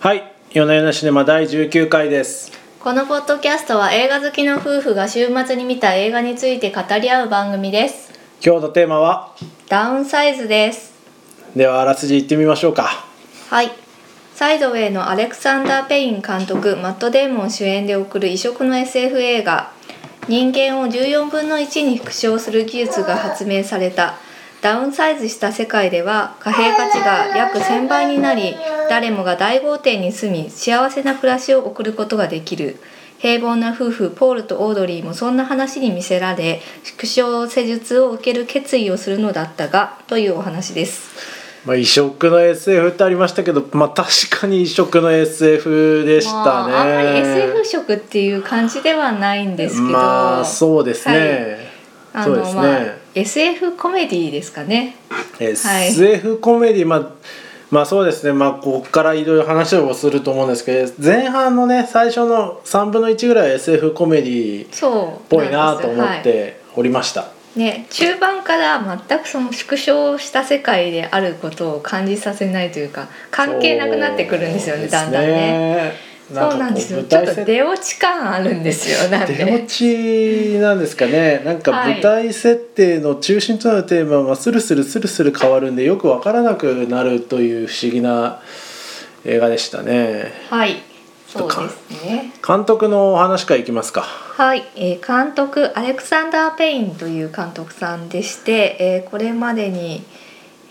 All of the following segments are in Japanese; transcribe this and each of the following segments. はい夜な夜なシネマ第19回ですこのポッドキャストは映画好きの夫婦が週末に見た映画について語り合う番組です今日のテーマはダウンサイズですではあらすじ行ってみましょうかはいサイドウェイのアレクサンダー・ペイン監督マット・デーモン主演で送る異色の SF 映画人間を14分の1に縮小する技術が発明されたダウンサイズした世界では貨幣価値が約1000倍になり誰もが大豪邸に住み幸せな暮らしを送ることができる平凡な夫婦ポールとオードリーもそんな話に魅せられ縮小施術を受ける決意をするのだったがというお話ですまあ異色の SF ってありましたけどまあ確かに異色の SF でしたね、まあ、あんまり SF 色っていう感じではないんですけど、まあそうですね、あそうのですね、まあ SF コメディですかね SF コメディまあまあそうですねまあここからいろいろ話をすると思うんですけど前半のね最初の3分の1ぐらいは SF コメディっそうぽいなですと思っはいておりました、ね、中盤から全くその縮小した世界であることを感じさせないというか関係なくなってくるんですよねだんだんねそうかこなんですよ舞ちょっ台と設出落ち感あるんですよなん出落でちなんですかねなんかはい舞台設定の中心となるテーマがスルスルスルスル変わるんでよくわからなくなるという不思議な映画でしたねはいちょそっうとかですね監督のお話からいきますかはい、えー監督アレクサンダー・ペインという監督さんでして、えーこれまでに、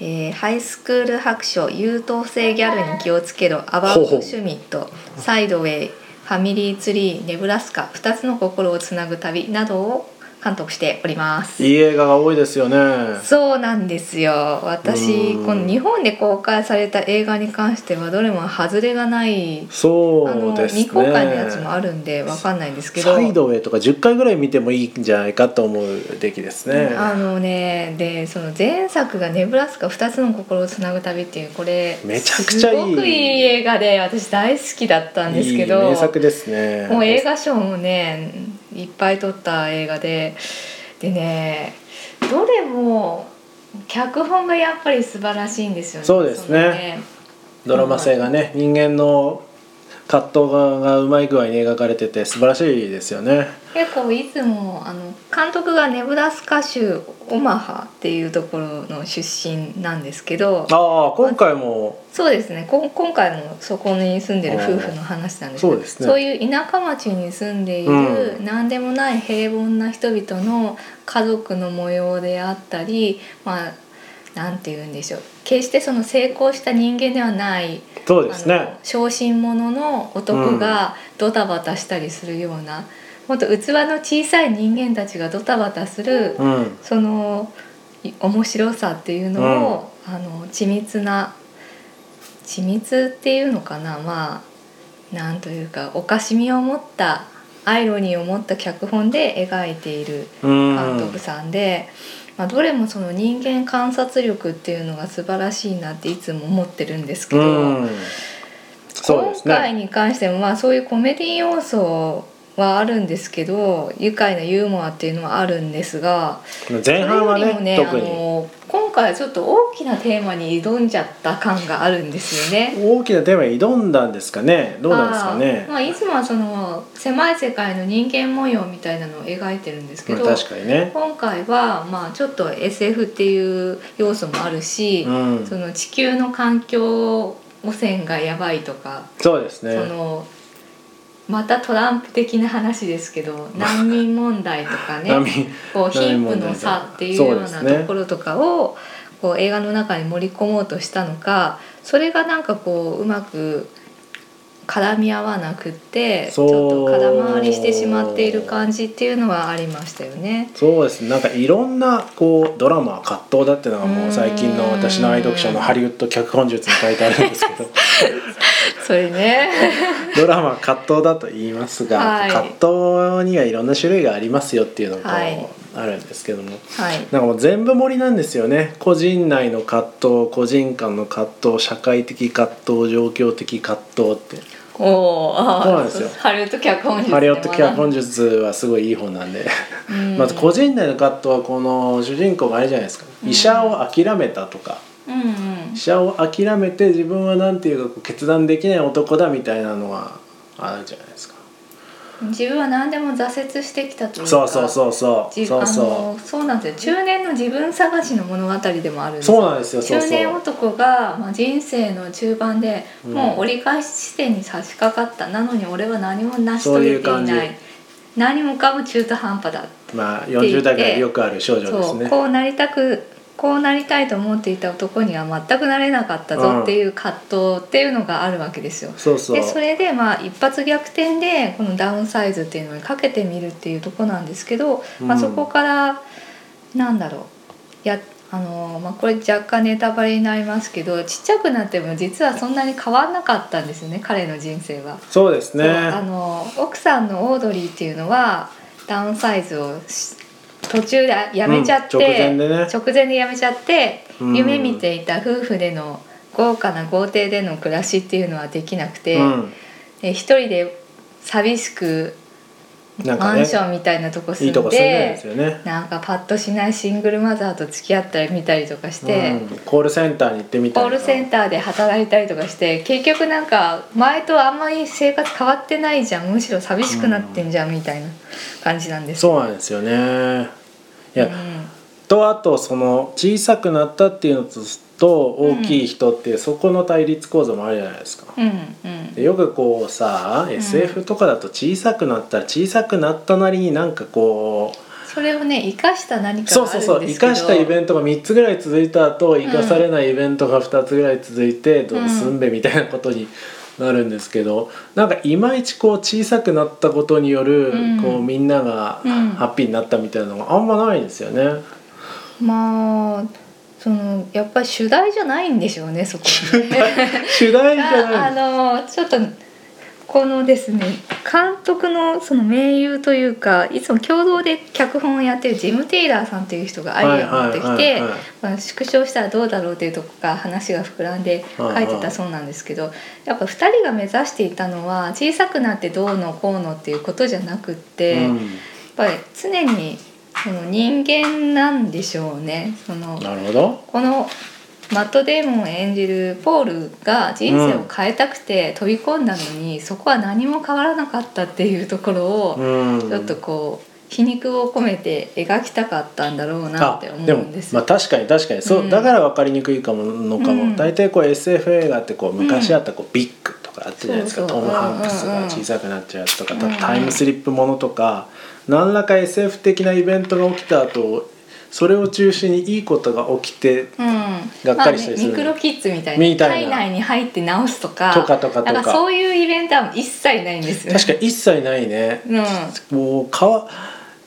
えーハイスクール白書「優等生ギャルに気をつけろ」「アバほうウほうト・シュミット」「サイドウェイ」「ファミリー・ツリー」「ネブラスカ」「2つの心をつなぐ旅」などを監督しておりますい。い映画が多いですよねそうなんですよ私うんこの日本で公開された映画に関してはどれも外れがないあそうのですね未公開のやつもあるんでわかんないんですけどサイドウェイとか10回ぐらい見てもいいんじゃないかと思う出来ですね、あのねでその前作が「ネブラスカ2つの心をつなぐ旅」っていうこれめちゃくちゃいいすごくいい映画で私大好きだったんですけいいど名作ですねもう映画賞もねいっぱい取った映画ででねどれも脚本がやっぱり素晴らしいんですよね。そうですねのドラマ性がね、人間の葛藤ががうまい具合に描かれてて素晴らしいですよね。結構いつもあの監督がネブラスカ州オマハっていうところの出身なんですけどああ今回もそうですねこん今回もそこに住んでる夫婦の話なんですけどそうですねそういう田舎町に住んでいる、う何でもない平凡な人々の家族の模様であったりまあなんて言うんでしょう決してその成功した人間ではないそうですあねの小心者の男がドタバタしたりするような、もっと器の小さい人間たちがドタバタするうんそのい面白さっていうのを、あの緻密な緻密っていうのかなまあなんというかおかしみを持ったアイロニーを持った脚本で描いているうん監督さんで、まあ、どれもその人間観察力っていうのが素晴らしいなっていつも思ってるんですけうど、んそうです今回ねに関してもまあそういうコメディ要素はあるんですけど愉快なユーモアっていうのはあるんですが。前半はそれよりねもね特あにの今回はちょっと大きなテーマに挑んじゃった感があるんですよね。大きなテーマに挑んだんですかねどうなんですかねあー。まあ、いつもはその狭い世界の人間模様みたいなのを描いてるんですけまあど、確かにね。今回はまあちょっと SF っていう要素もあるしう、んその地球の環境汚染がやばいとか、そうですねそ。のまたトランプ的な話ですけど難民問題とかね。難民こうない貧もん富ねの差っていうようそなうですねところとかをこう映画の中に盛り込もうとしたのかそれがなんかこううまく絡み合わなくってちそうょっと空回りしてしまっている感じっていうのはありましたよね。そうですねなんかいろんなこうドラマ葛藤だっていうのがもう最近の私の愛読書のハリウッド脚本術に書いてあるんですけどそれねドラマ葛藤だと言いますが、はい葛藤にはいろんな種類がありますよっていうのがはいあるんですけども、はいなんかもう全部盛りなんですよね個人内の葛藤個人間の葛藤社会的葛藤状況的葛藤っておおーそうなんですよハリウッド脚本術ハリウッド脚本術はすごいいい本なんで、うんまず個人内の葛藤はこの主人公があれじゃないですか医者を諦めたとか。うんうんうん医者を諦めて自分はなんていうかこう決断できない男だみたいなのがあるじゃないですか。自分は何でも挫折してきたというかそうそうそうそうじそうあそのそうなんですよ中年の自分探しの物語でもあるんでうすよそうなんですよそう中そ年う男が、まあ、人生の中盤でうんもう折り返し地点に差し掛かった、なのに俺は何も成し遂げそてういう感いじない何もかも中途半端だまあ40代からよくある症状ですそう、ねこうなりたくこうなりたいと思っていた男には全くなれなかったうんぞっていう葛藤っていうのがあるわけですよ。そうそうでそれでまあ一発逆転でこのダウンサイズっていうのにかけてみるっていうとこなんですけど、まうあ、んそこからなんだろうやあのーまあ、これ若干ネタバレになりますけどちっちゃくなっても実はそんなに変わんなかったんですよね彼の人生は。そうですねそうあの奥さんのオードリーっていうのはダウンサイズをし途中でやめちゃって、うん直前でね直前でやめちゃって、うん夢見ていた夫婦での豪華な豪邸での暮らしっていうのはできなくて、うんで一人で寂しくなんマかンねションみたいなとこい住いとんこ住んでるんでですよねなんかパッとしないシングルマザーと付き合ったり見たりとかして。うん、コールセンターに行ってみたコりールセンターで働いたりとかして結局なんか前とあんまり生活変わってないじゃんむしろ寂しくなってんじゃんみたいな感じなんですそうなんですよねいや、うんとあとその小さくなったっていうのと大きい人っていうそこの対立構造もあるじゃないですか、うんでよくこうさん SF とかだと小さくなったら小さくなったなりになんかこうそれをね生かした何かそうがあそるうそんうです生けどかしたイベントが3つぐらい続いた後生かされないイベントが2つぐらい続いてどうすんべみたいなことになるんですけど、なんかいまいちこう小さくなったことによる、うんこうみんながうんハッピーになったみたいなのがあんまないんですよね。 まあそのやっぱり主題じゃないんでしょうねそこはね主題じゃあなあいのちょっとこのですね監督のその盟友というかいつも共同で脚本をやってるジム・テイラーさんという人がアイデアを持ってきはいはいてはいはいまあ縮小したらどうだろうというとこから話が膨らんで書いはていはいたそうなんですけどやっぱ2人が目指していたのは小さくなってどうのこうのっていうことじゃなくって、うやっんぱり常にその人間なんでしょうね。そのなるほど。このマット・デーモン演じるポールが人生を変えたくて飛び込んだのに、そこは何も変わらなかったっていうところをうん、ちょっとこう皮肉を込めて描きたかったんだろうなって思うんですあでもまあよ。確かに確かにそう、うんだから分かりにくいかものかも、うん大体こう SF 映画ってこう昔あったこうビッグとかあったじゃないですか、そうそうトム・ハンクスうんうんがうん小さくなっちゃうやつとか、うんうんタイムスリップものとか何らか SF 的なイベントが起きた後それを中心にいいことが起きてうん、がっかりしたりするまあねミクロキッズみたいみなたい体な内に入って直すとかとかとかとかなんかそういうイベントは一切ないんですよね確かに一切ないね。うんもう変わ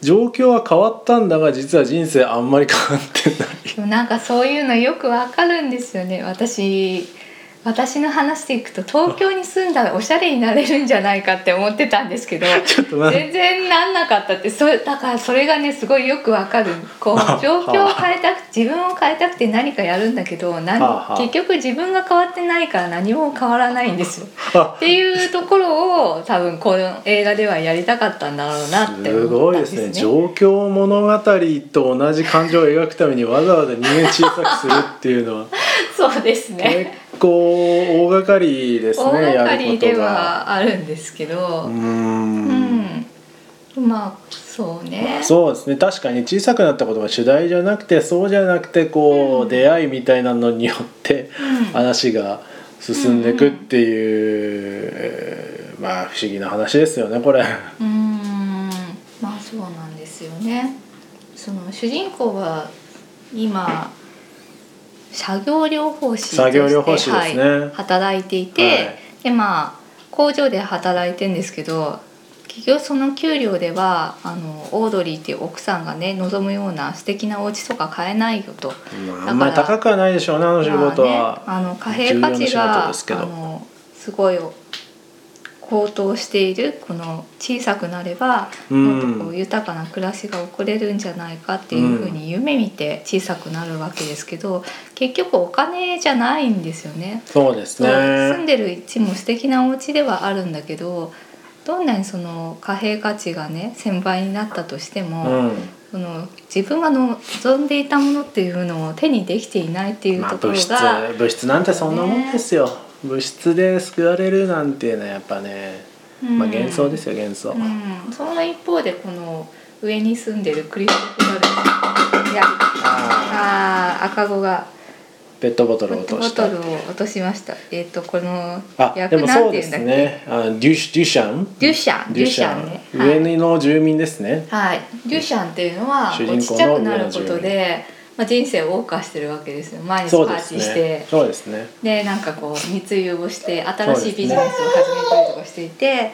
状況は変わったんだが実は人生あんまり変わってない。でもなんかそういうのよくわかるんですよね私私の話でいくと東京に住んだらおしゃれになれるんじゃないかって思ってたんですけど ちょっと待って全然なんなかったってそれだからそれがねすごいよくわかるこう状況を変えたく自分を変えたくて何かやるんだけど何はあはあ結局自分が変わってないから何も変わらないんですよ。あっていうところを多分この映画ではやりたかったんだろうなってす思ごいったんでですすね ね。状況物語と同じ感情を描くためにわざわざ人間小さくするっていうのはそうですね。結構大掛かりですね大掛かやるりこでとが。はあるんですけどうーうんんまあそうねそうですね確かに小さくなったことが主題じゃなくてそうじゃなくてこう、うん出会いみたいなのによってうん話が進んでいくっていう、えーまあ不思議な話ですよねこれ。うーんまあそうなんですよねその主人公は今作業療法士として作業療法士ですねはい、働いていて、はいでまあ工場で働いてんですけど結局その給料ではあのオードリーっていう奥さんがね望むような素敵なお家とか買えないよと。あんまり高くはないでしょうねあの仕事は。まあね、あの貨幣価値が重要な仕事ですけどあのすごい高騰しているこの小さくなれば、うんもっとこう豊かな暮らしが送れるんじゃないかっていうふうに夢見て小さくなるわけですけど、結局お金じゃないんですよね。そうですそうね。住んでる地も素敵なお家ではあるんだけどどんなにその貨幣価値がね1,000倍になったとしても、うん、そその自分が望んでいたものっていうのを手にできていないっていうまあところ物質が、物質なんてそんなもんですよ、物質で救われるなんていうのはやっぱね、うんまあ幻想ですよ幻想、うん、その一方でこの上に住んでるクリスティナルいやあああー赤子がペットボトペルを落ッとトボしたトルを落としましたえっ、とこのあで役もなそんうてでいうんだすっけ、ねあデュシデュシャンデュシャンデュシャンデュシャンねはい上野の住民ですね、はい、デュシャンっていうのはこ主人公のうちっちゃくなること上の住で、まあ、人生を謳歌してるわけですよ毎日パそーうテでィーすしてで,、ねそうですねなんかこう密輸をしてね新しいビジネスを始めたりとかしていて、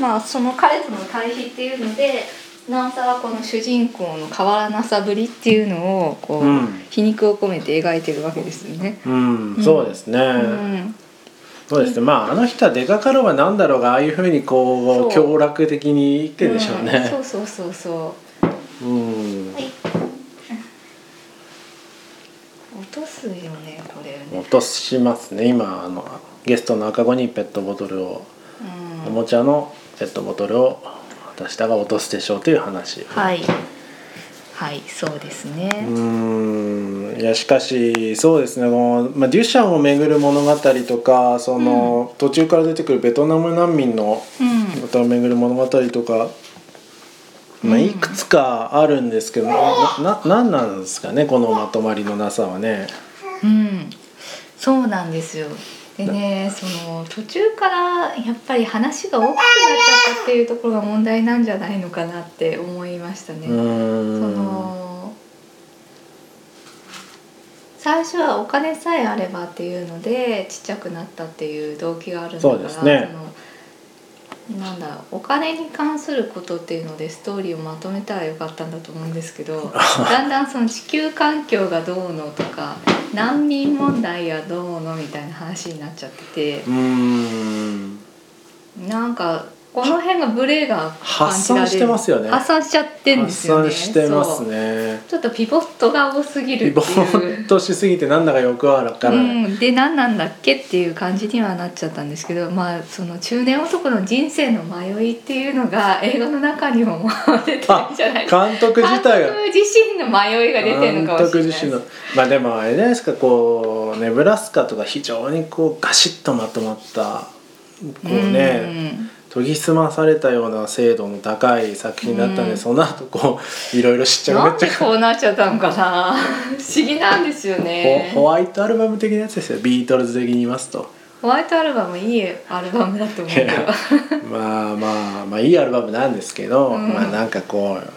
まあ、その彼との対比っていうのでナンサはこの主人公の変わらなさぶりっていうのをこう、うん皮肉を込めて描いてるわけですよね。うん、うんそうですね、うんそうですねまああの人は出かかろうが何だろうがああいうふうにこうそう強楽的に生きてるでしょううんねそうそうそうそううん、はい。落とすよね、これね。落としますね今あのゲストの赤子にペットボトルを、うんおもちゃのペットボトルを私たが落とすでしょうという話はい。はい、そうですね。うーんいやしかしそうですねこの、まあ、デュシャンを巡る物語とかその、途中から出てくるベトナム難民のうん。ことを巡る物語とか、まあ、うんいくつかあるんですけど、なななんなんですかねこのまとまりのなさはね。うん。そうなんですよ。でね、その途中からやっぱり話が大きくなっちゃったっていうところが問題なんじゃないのかなって思いましたね。うーんその最初はお金さえあればっていうのでちっちゃくなったっていう動機があるんだかそらうですねそのなんだお金に関することっていうのでストーリーをまとめたらよかったんだと思うんですけど だんだんその地球環境がどうのとか難民問題がどうのみたいな話になっちゃってうーんてなんかこの辺がブレが感発じられる散してますよね。発散しちゃってんで発すよね散してますそうね。ちょっとピボットが多すぎるリっボていーうっ。としすぎてなんだかよくわかうらない。ん、で何なんだっけっていう感じにはなっちゃったんですけど、まあ、その中年男の人生の迷いっていうのが映画の中にも出てるんじゃないか監督自体が監督自身の迷いが出てるのかもしれないです監督自身のまあでもあれじゃないですかこうネブラスカとか非常にこうガシッとまとまったこうね、研ぎ澄まされたような精度の高い作品だったんで、うんその後こういろいろしっうちん、ゃうめなっんちでゃこうなっちゃったのかな不思議なんですよねホホホワイトアルバム的なやつですよビートルズ的に言いますとワイトアルバムいいアルバムだと思うけどいや まあまあまあいいアルバムなんですけど、うんまあなんかこう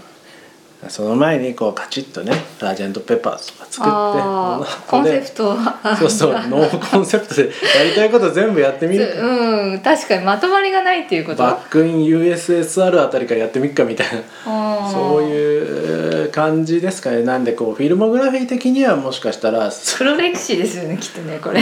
その前にこうカチッとね「ラージェント・ペッパーズ」とか作ってあーこコのン後でセプト はそうそうノーコンセプトでやりたいこと全部やってみるうん確かにまとまりがないっていうことバックイン USSR あたりからやってみっかみたいなそうういう感じですかねなんでこうフィルモグラフィー的にはもしかしたら黒歴史ですよねきっとね これ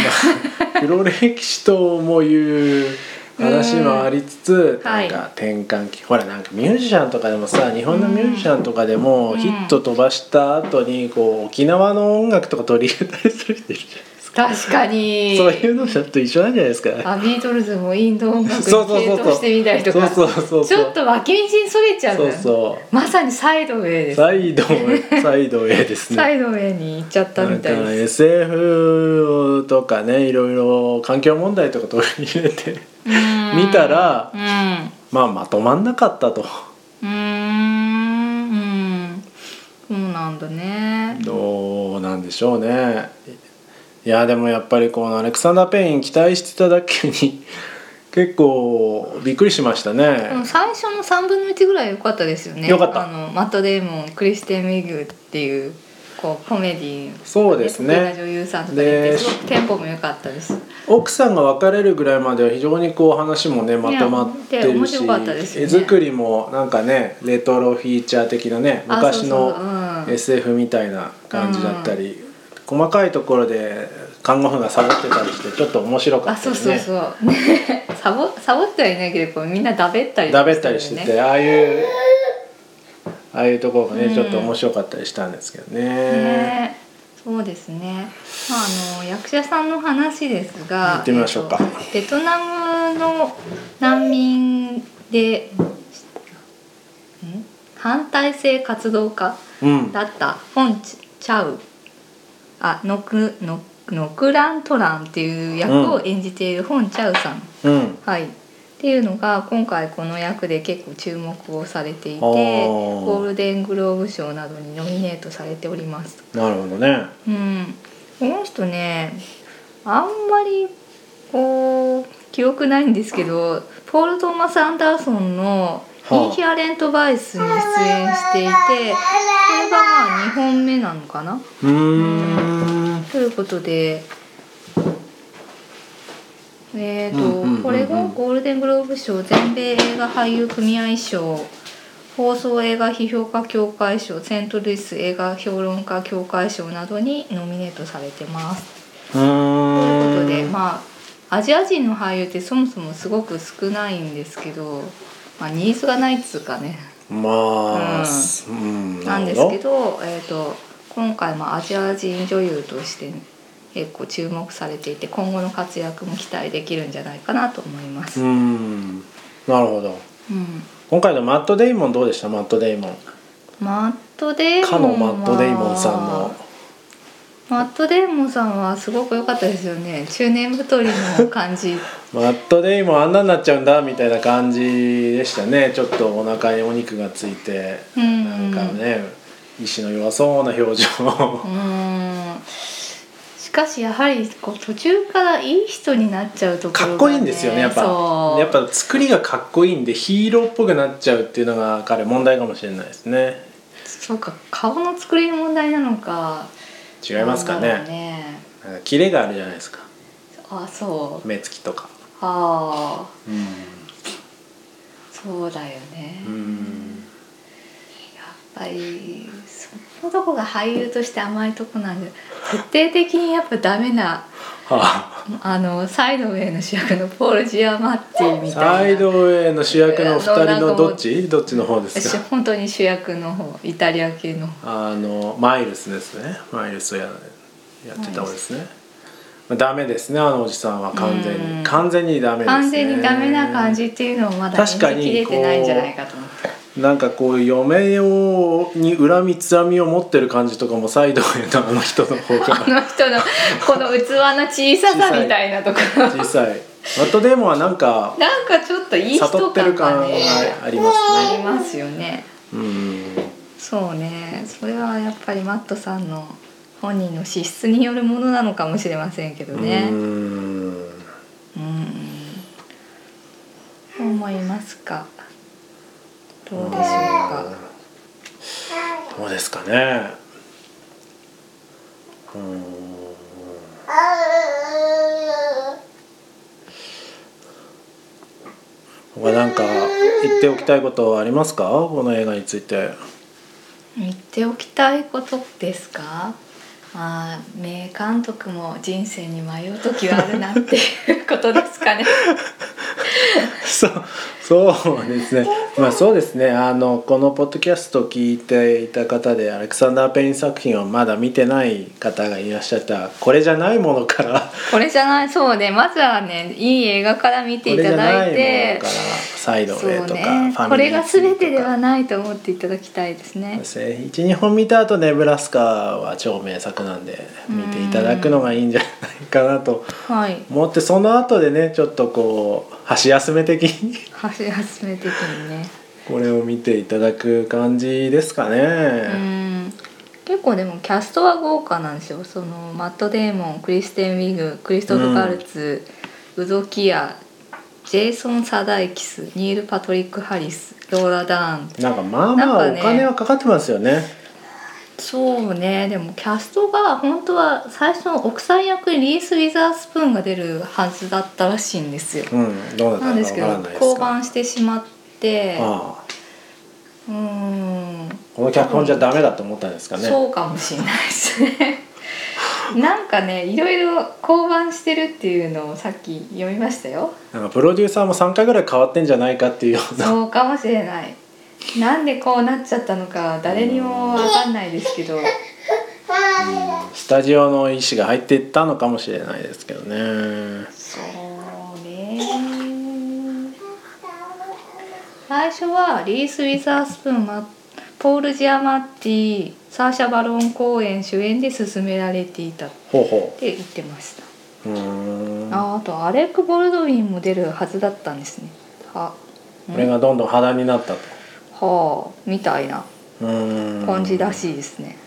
黒歴史ともいう話もありつつうんはなんいか転換期ほらなんかミュージシャンとかでもさ日本のミュージシャンとかでうもんヒット飛ばした後にこう沖縄の音楽とか取り入れたりする人いるじ確かにゃんそういうのちょっと一緒なんじゃないですかあビートルズもインド音楽に 系そうそうそうそう統してみたりとそかうそうそうそうちょっと脇道にそれちゃうそのうよそうまさにサイドウェイですサイドへサイドへですサね。イドウェイに行っちゃっなたみんたいかです SF とかねいろいろ環境問題とか取り入れて見見たらうんうまあまとまんなかったとーんうんそうなんだねどうなんでしょうねいやでもやっぱりこのアレクサンダー・ペイン期待してただけに結構びっくりしましたねでも、最初の3分の1ぐらい良かったですよね良かったあのマット・デーモンクリステン・ウィグっていうこうコメディそうです得意なね女優さんとかいてですごくテンポも良かったです奥さんが別れるぐらいまでは非常にこう話もねまとまってね面るし、白かったですよ絵ね作りもなんかねレトロフィーチャー的なねあ昔のそうそううん SF みたいな感じだったり、細かいところで看護婦がサボってたりしてちょっと面白かあったそうりそうねそう、ね、サボサボってはいないけどこうみんなだべったりだべったりしてて、ねああいうああいうところがね、うんちょっと面白かったりしたんですけどね。ねそうですね、まあ、あの役者さんの話ですが行ってみましょうかえっとベトナムの難民でん反体制活動家うんだった本ちちゃうあノクノノクラントランっていう役を演じている本ちゃうさん、うんはいっていうのが今回この役で結構注目をされていてあーゴールデングローブ賞などにノミネートされておりますなるほどねうん、この人ねあんまりこう記憶ないんですけどポール・トーマス・アンダーソンの「はあインヒアレント・バイス」に出演していてこれがまあ2本目なのかなうーんということで。えーとうんうんうんうんこれがゴールデングローブ賞全米映画俳優組合賞放送映画批評家協会賞セントルイス映画評論家協会賞などにノミネートされてます。うというこーとんでまあアジア人の俳優ってそもそもすごく少ないんですけど、まあ、ニーズがないっつうかねまうあんすうんなんでするほけど、えー、と今回もアジア人女優として結構注目されていて今後の活躍も期待できるんじゃないかなと思いまうす。ーんなるほどうん今回のマット・デイモンどうでしたマット・デイモンマット・デイモンかはのマット・デイモンさんのマット・デイモンさんはすごく良かったですよね中年太りの感 じマット・デイモンあんなになっちゃうんだみたいな感じでしたねちょっとお腹にお肉がついてうんなんかね意志の弱そうな表情うーんしかしやはりこう途中からいい人になっちゃうところが、かっこいいんですよねやっぱそうやっぱ作りがかっこいいんでヒーローっぽくなっちゃうっていうのが彼問題かもしれないですねそうか顔の作りの問題なのか違いますかなんだろうねなんかキレがあるじゃないですかあそう目つきとかああうんそうだよね、うやっんぱりそのとこが俳優として甘いとこなんで徹底的にやっぱダメなはあのサイドウェイの主役のポール・ジアマッティあみサたいイなドウェイの主役のあの2な人んかものうどっちどっちの方です私か本当に主役の方イタリア系のあのマイルスですねマイルスをややってた方ですねまあダメですねあのおじさんは完全うんに完全にダメですね完全にダメな感じっていうのをまだ演確じかにきれてないんじゃないかと 思ってなんかこう嫁をに恨みつらみを持ってる感じとかもサイドウェイのあの人の方あ がの人のこの器の小ささみたいなところ小さいマットデーモンはなんかなんかちょっといい人悟ってる感が感ねがありますあねりますよねうんそうねそれはやっぱりマットさんの本人の資質によるものなのかもしれませんけどねうーんうんどう思いますかどうでしょうかどうですかねうーん他なんか言っておきたいことはありますかこの映画について言っておきたいことですかまあ名監督も人生に迷う時はあるなっていうことですかね そうそうですねまあそうですねあのこのポッドキャストを聞いていた方でアレクサンダー・ペイン作品をまだ見てない方がいらっしゃったらこれじゃないもの からこれじゃないそうねまずはねいい映画から見ていこれじたゃだないいものてからサイドウそうェイとか、ねファミリーこれが全てではなないと思っていただきたいですねですね12本見た後ネブラスカは超名作なんで見ていただくのがいいんじゃないかなとはい思ってその後でねちょっとこう箸休め的に 箸休め的にねこれを見ていただく感じですかうね。ん結構でもキャストは豪華なんですよそのマット・デーモンクリステン・ウィグクリストフ・ガルツ、ウゾキアジェイソン・サダイキスニール・パトリック・ハリスローラ・ダーンなんかまあまあなんかおね金はかかってますよね。そうねでもキャストが本当は最初の奥さん役にリース・ウィザースプーンが出るはずだったらしいんですようん、どうなっなんたでのすかけわからどないです降か。板してしまってああ、うーんこの脚本じゃダメだと思ったんですかね。そうかもしれないですね なんかねいろいろ降板してるっていうのをさっき読みましたよなんかプロデューサーも三回ぐらい変わってんじゃないかっていうような。そうかもしれないなんでこうなっちゃったのか誰にもわかんないですけどスタジオの意思が入っていったのかもしれないですけどね。そうね最初はリース・ウィザースプーンマポール・ジアマッティサーシャ・バロン公演主演で進められていたっほうほて言ってました、ううーんあーあとアレック・ボルドウィンも出るはずだったんですねはこれがどんどん肌になったとはあみたいなうーん感じらしいですね、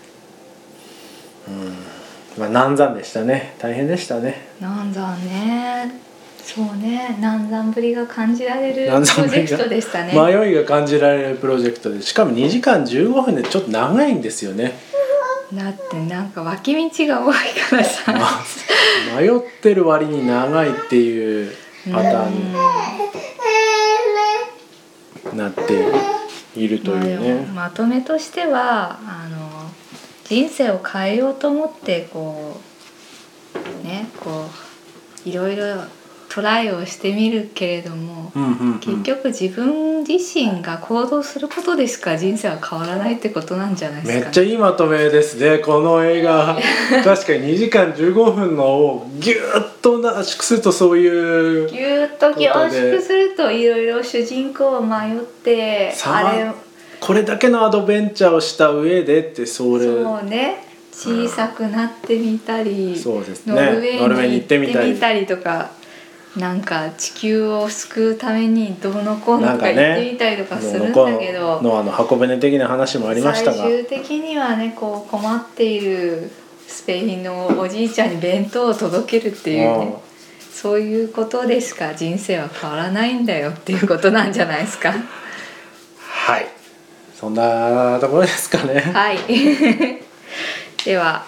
まあ難産でしたね大変でしたね難産ねそうね難産ぶりが感じられる難プ産ロぶジりがェクトでしたね迷いが感じられるプロジェクトでしかも2時間15分でちょっと長いんですよねだってなんか脇道が多いからさま 迷ってる割に長いっていうパターンになっているとうんいうね、まあまとめとしてはあの人生を変えようと思ってこうねこういろいろトライをしてみるけれども、うんうんうん結局自分自身が行動することでしか人生は変わらないってことなんじゃないですか、めね、っちゃいいまとめですねこの映画確かに2時間15分のをギューッと圧縮するとそういうぎゅーっと凝縮するといろいろ主人公を迷ってさああれこれだけのアドベンチャーをした上でってそれそうね小さくなってみたり、そうですねノルウェノルウェーーに行に行っっててみみたたりりとかなんか地球を救うためにどうのこうのとかなんかね行ってみたりとかするんこだけど、ノアの箱舟的な話もありましたが最終的にはねこう困っているスペインのおじいちゃんに弁当を届けるっていうねうんそういうことでしか人生は変わらないんだよっていうことなんじゃな いですか。はいそんなところですかね、はい。 では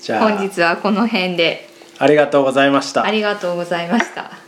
じゃあ本日はこの辺でありがとうございましたありがとうございました。